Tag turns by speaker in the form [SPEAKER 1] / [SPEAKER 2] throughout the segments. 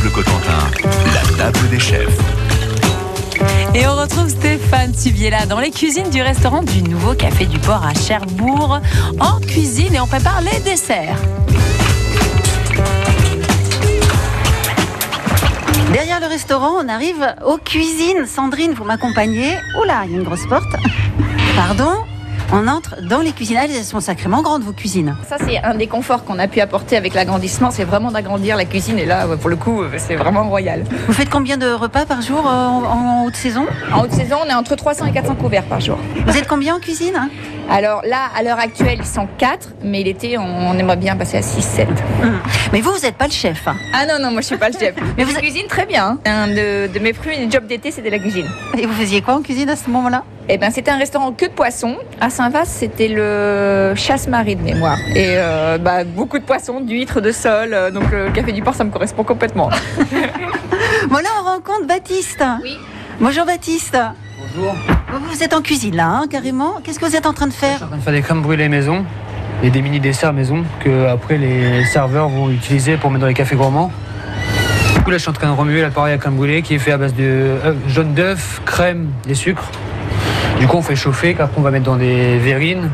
[SPEAKER 1] Bleu Cotentin, la table des chefs.
[SPEAKER 2] Et on retrouve Stéphane Tubiela dans les cuisines du restaurant du nouveau Café du Port à Cherbourg. En cuisine et on prépare les desserts.
[SPEAKER 3] Derrière le restaurant, on arrive aux cuisines. Sandrine, vous m'accompagnez. Oula, il y a une grosse porte. Pardon on entre dans les cuisines. Elles elles sont sacrément grandes, vos cuisines.
[SPEAKER 4] Ça, c'est un des conforts qu'on a pu apporter avec l'agrandissement, c'est vraiment d'agrandir la cuisine. Et là, ouais, pour le coup, euh, c'est vraiment royal.
[SPEAKER 3] Vous faites combien de repas par jour euh, en, en haute saison
[SPEAKER 4] En haute saison, on est entre 300 et 400 couverts par jour.
[SPEAKER 3] Vous êtes combien en cuisine
[SPEAKER 4] Alors là, à l'heure actuelle, ils sont 4, mais l'été, on, on aimerait bien passer à 6-7.
[SPEAKER 3] Mais vous, vous n'êtes pas le chef. hein.
[SPEAKER 4] Ah non, non, moi, je suis pas le chef.
[SPEAKER 3] Mais
[SPEAKER 4] Mais
[SPEAKER 3] vous
[SPEAKER 4] vous
[SPEAKER 3] êtes-
[SPEAKER 4] cuisine très bien. hein. Un de, de mes premiers jobs d'été, c'était la cuisine.
[SPEAKER 3] Et vous faisiez quoi en cuisine à ce moment-là
[SPEAKER 4] Eh ben, c'était un restaurant que de poissons. À Saint-Vaast, c'était le chasse-marie de mémoire. Et euh, bah, beaucoup de poissons, d'huîtres, de sol. euh, donc le café du port, ça me correspond complètement.
[SPEAKER 3] Bon, là, on rencontre Baptiste.
[SPEAKER 4] Oui.
[SPEAKER 3] Bonjour, Baptiste.
[SPEAKER 5] Bonjour.
[SPEAKER 3] Vous, vous êtes en cuisine, là, hein, carrément. Qu'est-ce que vous êtes en train de
[SPEAKER 5] Je
[SPEAKER 3] faire
[SPEAKER 5] suis en train de faire des crèmes brûlées maison et des mini desserts maison que après les serveurs vont utiliser pour mettre dans les cafés gourmands. Du coup là je suis en train de remuer l'appareil à crème brûlée qui est fait à base de œufs- jaune d'œuf, crème et sucre. Du coup on fait chauffer, qu'après on va mettre dans des verrines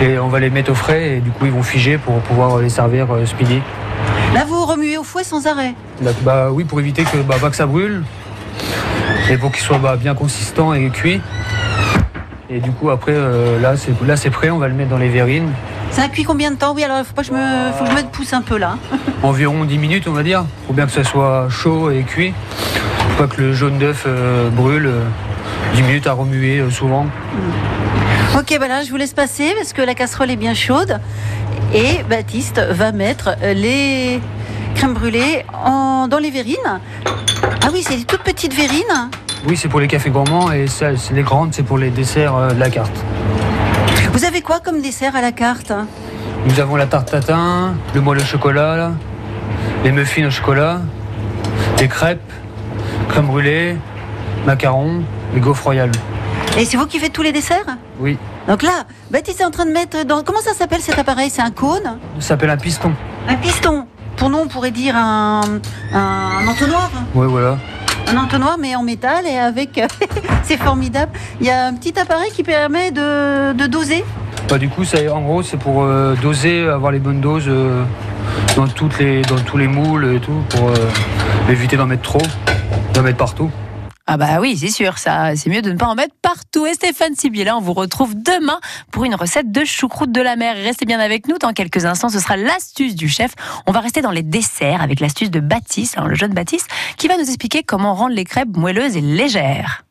[SPEAKER 5] et on va les mettre au frais et du coup ils vont figer pour pouvoir les servir euh, ce midi.
[SPEAKER 3] Là, vous remuez au fouet sans arrêt.
[SPEAKER 5] Là, bah oui pour éviter que bah, pas que ça brûle et pour qu'il soit bah, bien consistant et cuit. Et du coup après euh, là c'est là c'est prêt, on va le mettre dans les verrines.
[SPEAKER 3] Ça a cuit combien de temps Oui, alors, faut pas que je me, faut que je me pousse un peu, là.
[SPEAKER 5] environ 10 minutes on va dire faut bien que ça soit chaud et cuit faut pas que le jaune d'œuf euh, brûle euh, 10 minutes à remuer euh, souvent
[SPEAKER 3] Ok, ben là, je vous laisse passer parce que la casserole est bien chaude. Et Baptiste va mettre euh, les crèmes brûlées en- dans les verrines. Ah oui, c'est des toutes petites verrines.
[SPEAKER 5] oui c'est pour les cafés gourmands et ça, c'est les grandes c'est pour les desserts euh, de la carte
[SPEAKER 3] Vous avez quoi comme dessert à la carte hein
[SPEAKER 5] nous avons la tarte tatin le moelle au chocolat là, les muffins au chocolat les crêpes crème brûlée macarons les gaufres royales
[SPEAKER 3] Et c'est vous qui faites tous les desserts
[SPEAKER 5] oui
[SPEAKER 3] Donc là, Baptiste est en train de mettre dans... Comment ça s'appelle cet appareil C'est un cône
[SPEAKER 5] ça s'appelle un piston
[SPEAKER 3] Un piston Pour nous, on pourrait dire un, un entonnoir.
[SPEAKER 5] oui voilà
[SPEAKER 3] Un entonnoir, mais en métal et avec... c'est formidable. Il y a un petit appareil qui permet de, de doser.
[SPEAKER 5] Bah, du coup, ça, en gros, c'est pour euh, doser, avoir les bonnes doses euh, dans, toutes les, dans tous les moules et tout, pour euh, éviter d'en mettre trop, d'en mettre partout.
[SPEAKER 2] Ah bah oui, c'est sûr, ça, c'est mieux de ne pas en mettre partout. Et Stéphane Sibiela, on vous retrouve demain pour une recette de choucroute de la mer. Restez bien avec nous, dans quelques instants, ce sera l'astuce du chef. On va rester dans les desserts avec l'astuce de Baptiste, hein, le jeune Baptiste, qui va nous expliquer comment rendre les crêpes moelleuses et légères.